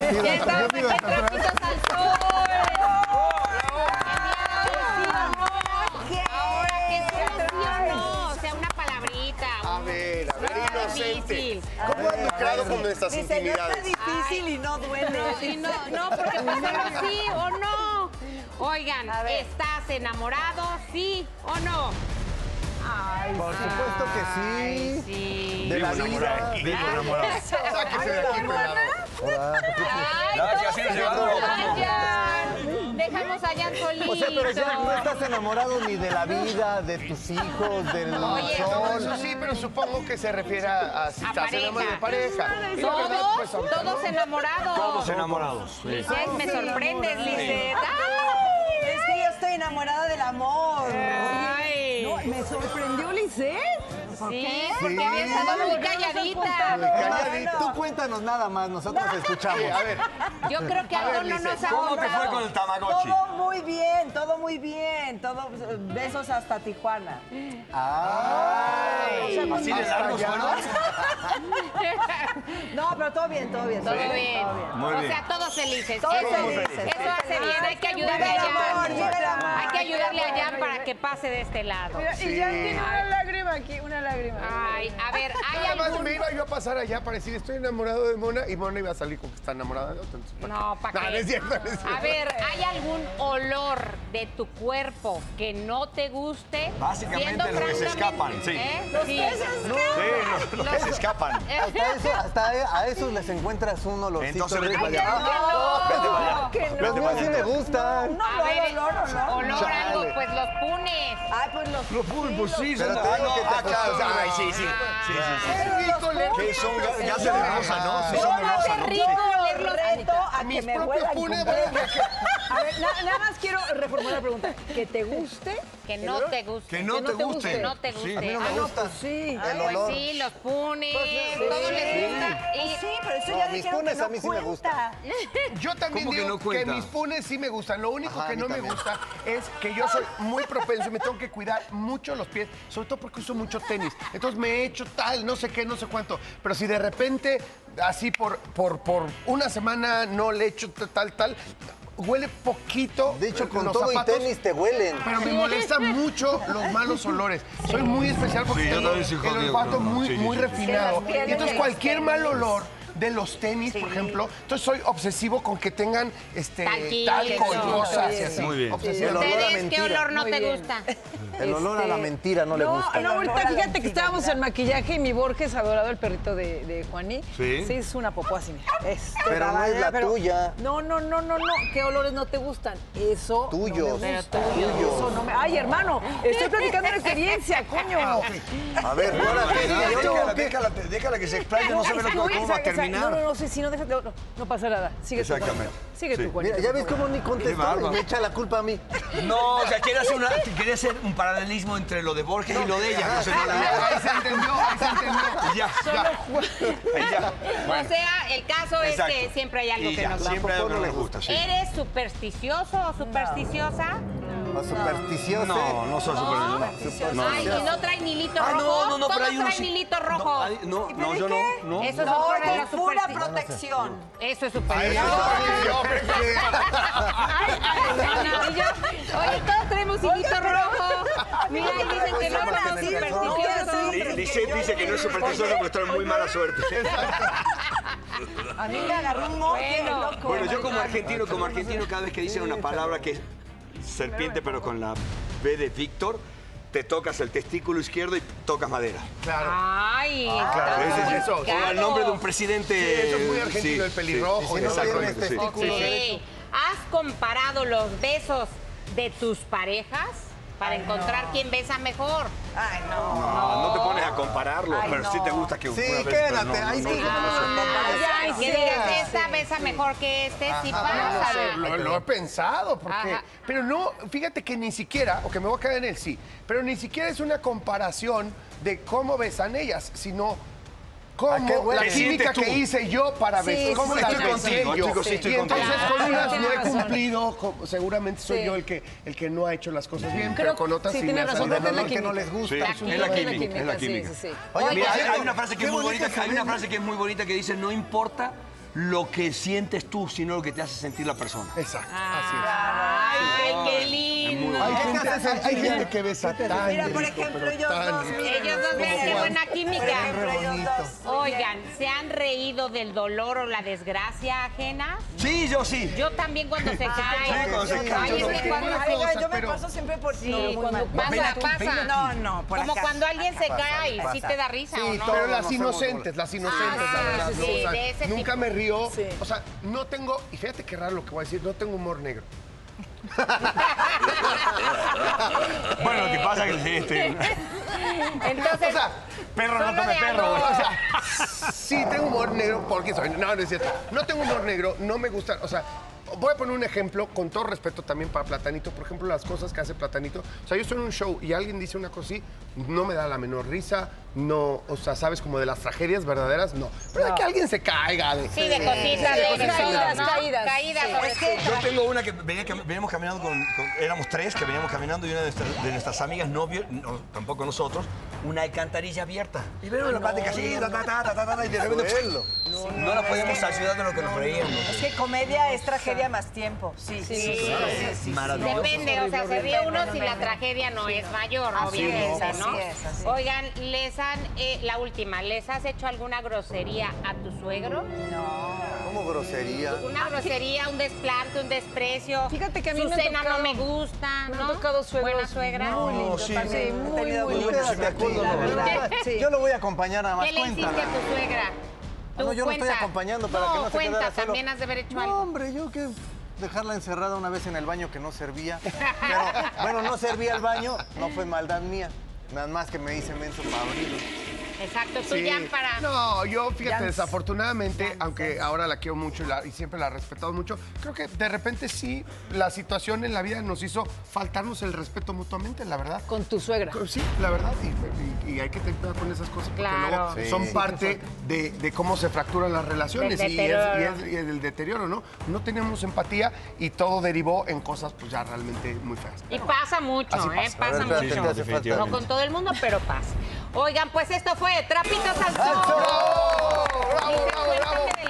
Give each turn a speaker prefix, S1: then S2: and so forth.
S1: Y estamos en Tres Trapitos al Sol. ¡Qué miedo! ¿Sí o no? Ahora, ¿qué somos, sí o no? O sea, una palabrita.
S2: A
S1: un-
S2: ver, a ver,
S1: Está
S2: inocente.
S1: difícil.
S2: ¿Cómo han lucrado con nuestras
S3: Dice, no está
S2: intimidades?
S3: difícil y no duele.
S1: No, y no, no, porque pásalo sí o no. Oigan,
S3: A ver.
S1: ¿estás enamorado? ¿Sí o no?
S4: Por supuesto que
S1: Ay,
S4: sí.
S1: sí.
S4: De la
S5: Vivo enamorado,
S4: vida.
S5: vivo enamorado.
S2: Sáquese de aquí, pelado.
S4: Hola, ¿qué pasa?
S1: Ay,
S5: Ya,
S1: no,
S5: ya se
S1: dejamos
S5: llevaron.
S1: a Jan. Dejamos a Jan solito.
S4: O sea, pero ya no estás enamorado ni de la vida, de tus hijos, del
S1: Oye,
S2: No,
S4: sol.
S2: eso sí, pero supongo que se refiere a, a si
S1: A
S2: estás enamorado de pareja. Y la verdad,
S1: Todos,
S2: pues, ahorita
S1: todos enamorados.
S5: Todos enamorados. sí.
S1: Lisette, me sorprendes, Lisette. Ay.
S3: Es que yo estoy enamorada del amor.
S1: Eh. Ay.
S3: No, me sorprendió Lisette. ¿Por
S1: Sí,
S3: qué?
S1: porque había estado muy calladita.
S4: Cállate,
S3: Bueno.
S4: tú cuéntanos nada más, nosotros escuchamos.
S2: Sí, a ver,
S1: Yo creo que algo no nos ha
S5: ¿Cómo te fue
S1: contado.
S5: con el Tamagotchi?
S3: Todo muy bien, todo muy bien. Todo, besos hasta Tijuana.
S4: Ay,
S5: ¿Así de largos
S4: hasta allá.
S5: fueron?
S3: No, pero todo bien, todo bien. Todo
S1: Todo
S3: bien.
S1: bien.
S3: todo bien.
S5: Muy
S1: o
S5: bien.
S1: sea, todos felices.
S3: Todos
S1: eso,
S3: felices.
S1: eso hace bien. Hay que ayudarle
S3: Viva
S1: a
S3: el amor,
S1: Jan.
S3: viva el amor.
S1: Hay que ayudarle a
S3: Viva el
S1: Jan
S3: amor.
S1: para que pase de este lado.
S6: Y ya tiene una lágrima aquí, una lágrima.
S1: Ay, a ver, ¿hay
S2: además
S1: algún...?
S2: me iba yo a pasar allá para decir estoy enamorado de Mona y Mona iba a salir con que está enamorada de otro. entonces,
S1: No, ¿pa'
S2: No,
S1: qué?
S2: no es cierto, no es cierto.
S1: A ver, ¿hay algún olor de tu cuerpo que no te guste?
S5: Básicamente
S1: Siendo
S5: los que se
S1: francamente-
S5: escapan, sí.
S1: ¿Eh?
S3: Los
S1: Sí.
S3: que se
S5: Sí, los que se escapan.
S4: Hasta, eso, hasta a esos les encuentras un olorcito.
S5: Entonces, vete
S4: rico.
S5: para allá.
S1: Vete para
S3: No, que
S4: Los
S3: no.
S4: demás sí me gustan.
S3: No,
S1: A ver,
S3: no, olor, olor.
S1: olor
S4: Chale.
S1: algo, pues los punes.
S3: Ay, pues los.
S5: Los pulpos, sí,
S4: Pero
S5: son-
S4: te digo
S5: Ah,
S4: que te
S5: ah, claro,
S4: acostumbras.
S5: ay, sí, sí.
S1: Ah.
S5: Sí, sí, sí.
S3: Pero los
S2: Híjole.
S3: punes,
S5: Que son ga-
S3: el
S5: gases
S3: olor.
S5: de rosa, ¿no? Sí,
S3: Yo
S5: son
S3: no
S5: de rosa,
S3: me
S5: ¿no?
S3: rindo el reto a que
S2: Mis
S3: me
S2: propios
S3: huelan
S2: punes,
S3: completo.
S2: bueno,
S3: A ver, na- nada más quiero reformular la pregunta. ¿Que te guste?
S1: Que no te guste.
S5: Que no te guste.
S1: Que no te
S5: Sí.
S1: guste.
S5: A mí
S4: no me
S1: Ah,
S4: gusta.
S3: Pues sí.
S4: El
S1: Pues
S4: olor.
S1: sí, los punes,
S3: Pues Sí.
S1: todo les gusta. Y-
S3: Pues sí, pero eso
S4: No,
S3: ya
S4: mis
S3: dijeron que
S4: punes
S3: no
S4: a mí sí me gustan.
S3: cuenta.
S2: Yo también
S5: ¿Cómo que
S2: digo
S5: no
S2: que,
S5: cuenta?
S2: mis punes sí me gustan. Lo único
S4: Ajá, a
S2: que
S4: mí
S2: no me
S4: también.
S2: gusta es que yo soy muy propenso y me tengo que cuidar mucho los pies, sobre todo porque uso mucho tenis. Entonces me he hecho tal, no sé qué, no sé cuánto. Pero si de repente, así por, por, por una semana no le echo t- tal, tal, huele poquito.
S4: De hecho, con
S2: los
S4: todo
S2: zapatos,
S4: y tenis te huelen.
S2: Pero me molestan mucho los malos olores. Soy muy especial porque
S5: Sí, yo
S2: tengo
S5: también soy
S2: el
S5: jodido,
S2: olfato
S5: no, no,
S2: muy,
S5: sí, sí,
S2: muy
S5: sí, sí.
S2: refinado.
S3: Que las
S2: Y
S3: pieles
S2: entonces
S3: de
S2: cualquier
S3: los
S2: mal
S3: tenis.
S2: olor de los tenis, por ejemplo, entonces soy obsesivo con que tengan este
S1: Talquillo,
S2: talco y
S1: eso.
S2: cosas
S3: Sí,
S2: y así.
S5: muy bien.
S4: El olor a
S1: ¿Ustedes qué
S4: mentira.
S1: olor no
S3: Muy
S1: te
S3: bien.
S1: gusta?
S4: El olor a la mentira no le
S6: No,
S4: gusta.
S6: no, ahorita
S3: Ahora la
S6: fíjate que estábamos
S3: ansiedad.
S6: en maquillaje y mi Borges adorado el perrito de, de Juaní.
S5: Sí.
S6: Se hizo una popó así, mira. Este,
S4: Pero no es la
S6: pero-
S4: tuya.
S6: No, no, no, no, no. ¿Qué olores no te gustan? Eso. no me
S4: Tuyos,
S6: gusta.
S4: tuyos.
S6: Eso no me. Ay, hermano, estoy platicando una experiencia, coño.
S5: Ah,
S4: A ver, ahora qué
S5: Déjala,
S4: dices tú?
S5: déjala, déjala, déjala que se explaye, no sabemos
S6: Voy
S5: cómo va a
S6: sacar- No, no,
S5: terminar.
S6: no, sí, sí, no, déjate. No, no pasa nada. Sigue tu
S5: Exactamente.
S6: Juanito. Sigue
S5: Sí.
S6: tu Juanito.
S4: Mira, ya ves
S6: por favor.
S4: cómo ni
S5: Qué
S4: contestó
S5: bárbaro.
S4: y me echa la culpa a mí.
S5: No, o sea, quería hacer, una- quería hacer un paralelismo entre lo de Borges y lo de ella. No sé nada.
S2: Ahí se entendió, ahí se entendió.
S5: Ya, ya. ya.
S1: O sea, el caso
S5: Exacto.
S1: es que siempre hay algo
S5: Y
S1: que
S5: ya,
S1: nos gusta.
S5: siempre Pues hay algo que nos gusta, sí.
S1: ¿Eres supersticioso o supersticiosa?
S4: O supersticioso.
S5: No, no soy supersticioso. no.
S1: Ay, y no traen hilito
S5: Ah,
S1: rojo.
S5: no, no, no, pero
S1: Todos
S5: hay unos...
S1: traen hilito rojo.
S5: hay- No, no, yo no. no.
S1: Eso es
S3: No,
S1: olor a
S3: que
S1: la
S3: es pura
S1: supersti-
S3: protección.
S1: Eso es
S2: Ahí
S1: superstición.
S2: se entendió.
S1: Y yo, Oye, todos traemos hilito rojo. Mira, ahí dicen que no, no,
S4: Porque me encantó.
S1: supersticioso.
S5: Li- Lisette dice que no es supersticiosa porque trae muy mala suerte.
S3: A mí me agarró un monje,
S1: Bueno.
S3: loco.
S5: Bueno, yo como argentino, como argentino, cada vez que dicen una palabra que es serpiente, pero con la B de Víctor, te tocas el testículo izquierdo y tocas madera.
S2: Claro.
S1: Ay,
S2: claro,
S1: está
S2: ese es eso.
S1: complicado.
S5: O el nombre de un presidente.
S2: Sí, eso es muy argentino, el pelirrojo,
S4: y no
S5: exactamente,
S4: tienes
S5: sí.
S1: Ok.
S4: testículos.
S1: ¿Has comparado los besos de tus parejas para encontrar quién besa mejor?
S3: Ay, no.
S5: Ah, No, no te pones a compararlo, pero sí te gusta que
S4: Sí,
S5: una vez, pero
S4: quédate,
S5: no,
S4: ahí
S5: no,
S4: sí.
S5: no, no, no.
S1: Ay, que digas, esta besa mejor que este, sí
S2: Ah,
S1: pasa.
S2: lo, lo he pensado, porque.
S1: Ajá.
S2: Pero no, fíjate que ni siquiera, o que me voy a quedar en el sí, pero ni siquiera es una comparación de cómo besan ellas, sino
S4: qué
S2: cómo
S4: huele?
S2: la
S5: Ah,
S2: química
S5: ¿Qué sientes tú?
S2: que hice yo para besar.
S6: sí,
S2: ¿Cómo
S5: sí,
S2: la
S5: estoy
S2: besé
S5: contigo,
S2: yo?
S5: chicos, sí, estoy
S2: y
S5: contigo.
S2: entonces con
S6: Claro,
S2: unas no
S6: tienes
S2: he
S6: razón.
S2: cumplido, co- seguramente soy
S6: Sí.
S2: yo el que, el que no ha hecho las cosas bien,
S6: Creo
S2: pero con
S6: que
S2: otras
S6: sí
S2: sí me
S6: tiene
S2: ha
S6: razón,
S2: salido
S4: El
S6: es la
S4: olor que no
S6: química.
S4: les gusta.
S5: Sí,
S1: La
S5: es la
S1: química,
S5: química, es la química.
S6: Sí, sí, sí.
S4: Oye,
S5: Mira,
S4: por
S5: hay,
S4: cierto,
S5: hay una frase que
S4: qué
S5: es muy
S4: bonito
S5: bonita,
S4: se
S5: hay una
S4: ven.
S5: frase que es muy bonita que dice, no importa lo que sientes tú, sino lo que te hace sentir la persona.
S2: Exacto,
S1: Ay, Ah. qué lindo.
S2: así es. Hay gente, hay gente que besa tan
S3: Mira, por
S2: rico,
S3: ejemplo,
S2: pero
S3: ellos
S2: tan
S3: dos.
S2: rico.
S3: miren,
S1: Ellos dos,
S3: los
S1: vean qué
S3: miren.
S1: buena química.
S3: Por ejemplo, ellos dos.
S1: Oigan, ¿se han reído del dolor o la desgracia ajena?
S5: Sí, yo sí.
S1: Yo también cuando se cae.
S5: cuando se cae.
S1: Ay, es
S2: Yo sé
S1: que
S2: que
S1: cuando
S2: una
S1: se
S2: cosa-
S3: Oigan, yo me
S2: pero-
S3: paso siempre por
S1: Sí,
S3: no, muy
S1: cuando
S3: mal.
S1: pasa,
S2: Ven aquí,
S1: pasa.
S2: ven aquí.
S3: No, no, por
S1: Como
S3: acá.
S1: cuando alguien se cae, sí
S4: pasa.
S1: te da risa, ¿o no?
S2: Pero
S4: todos
S2: las
S4: nos hemos
S2: inocentes, las inocentes,
S1: Ah,
S2: la verdad.
S1: sí,
S2: ¿no? O sea,
S1: de ese
S2: nunca
S1: tipo.
S2: me río.
S6: Sí.
S2: O sea, no tengo, y fíjate qué raro lo que voy a decir, no tengo humor negro.
S5: Bueno, lo que pasa es que este,
S1: Entonces,
S2: O sea,
S5: perro
S1: solo de algo-
S2: O sea, sí tengo humor negro porque soy. No, no es cierto. No tengo humor negro, no me gusta. O sea, voy a poner un ejemplo con todo respeto también para Platanito. Por ejemplo, las cosas que hace Platanito. O sea, yo estoy en un show y alguien dice una cosa así, no me da la menor risa. No, o sea, sabes como de las tragedias verdaderas, no. Pero de que alguien se caiga. de-
S1: Sí, de cositas, de
S6: cositas,
S1: caídas, ¿no?
S6: caídas.
S1: Caídas, sobre todo.
S5: Yo tengo una que venía cam- veníamos caminando con, con- Éramos tres que veníamos caminando y una de nuestras, de nuestras amigas, no, vio- no, tampoco nosotros, una alcantarilla abierta. Y vieron la plática así, ta, ta, ta, ta, ta, ta, y de repente. No, la podíamos ayudar de lo que nos reíamos.
S3: Es que comedia es tragedia más tiempo. Sí, sí, sí. sí, sí.
S5: Maravilloso.
S1: Depende, o sea, se ríe uno si la tragedia no es mayor, obviamente,
S3: es,
S1: ¿no?
S3: así es, así es.
S1: Oigan, les han, eh, la última, ¿les has hecho alguna grosería a tu suegro?
S4: Como grosería.
S1: Una grosería, un desplante, un desprecio.
S6: Fíjate que a mí
S1: Su
S6: me han
S1: cena
S6: tocado-
S1: no me gusta,
S6: me
S1: ¿no?
S6: han tocado suegros
S1: Buena suegra.
S6: muy lindos
S5: sí.
S6: también.
S5: Sí,
S3: muy,
S6: He tenido
S3: muy
S6: buenos.
S5: lindos.
S4: Ustedes, de acuerdo,
S5: La
S4: no,
S5: verdad,
S4: ¿verdad?
S6: sí.
S4: Yo lo voy a acompañar nada más.
S1: ¿Qué le hiciste
S4: cuéntala.
S1: a tu suegra?
S4: Ah, no, yo lo estoy
S1: cuenta.
S4: acompañando para que no se
S1: cuenta,
S4: quedara solo.
S1: también has de haber hecho
S4: No,
S1: algo.
S4: hombre, yo que dejarla encerrada una vez en el baño que no servía. Pero, bueno, no servía el baño, no fue maldad mía. Nada más que me hice menso para abrirlo.
S1: Exacto, tú
S2: Sí.
S1: ya para...
S2: No, yo fíjate,
S3: Jans.
S2: desafortunadamente, aunque ahora la quiero mucho y, la- y siempre la he respetado mucho, creo que de repente sí la situación en la vida nos hizo faltarnos el respeto mutuamente, la verdad.
S6: Con tu suegra.
S2: Sí, la verdad, y, y- y hay que tener cuidado con esas cosas porque
S1: Claro.
S2: luego
S4: Sí.
S2: son parte de, de cómo se fracturan las relaciones y
S1: Del
S2: es, y
S1: deterioro.
S2: es- y es el deterioro, ¿no? No teníamos empatía y todo derivó en cosas pues ya realmente muy feas.
S1: Y pasa mucho,
S2: Así
S1: ¿eh?
S2: pasa.
S1: Pasa
S4: Espérate, te
S1: mucho.
S4: hace falta.
S1: No con todo el mundo, pero pasa. Oigan, pues esto fue Trapitos al Sol.
S4: ¡Al sol!
S2: ¡Bravo! ¡Bravo,
S1: Dice,
S2: bravo,
S1: cuéntame
S2: bravo!
S1: de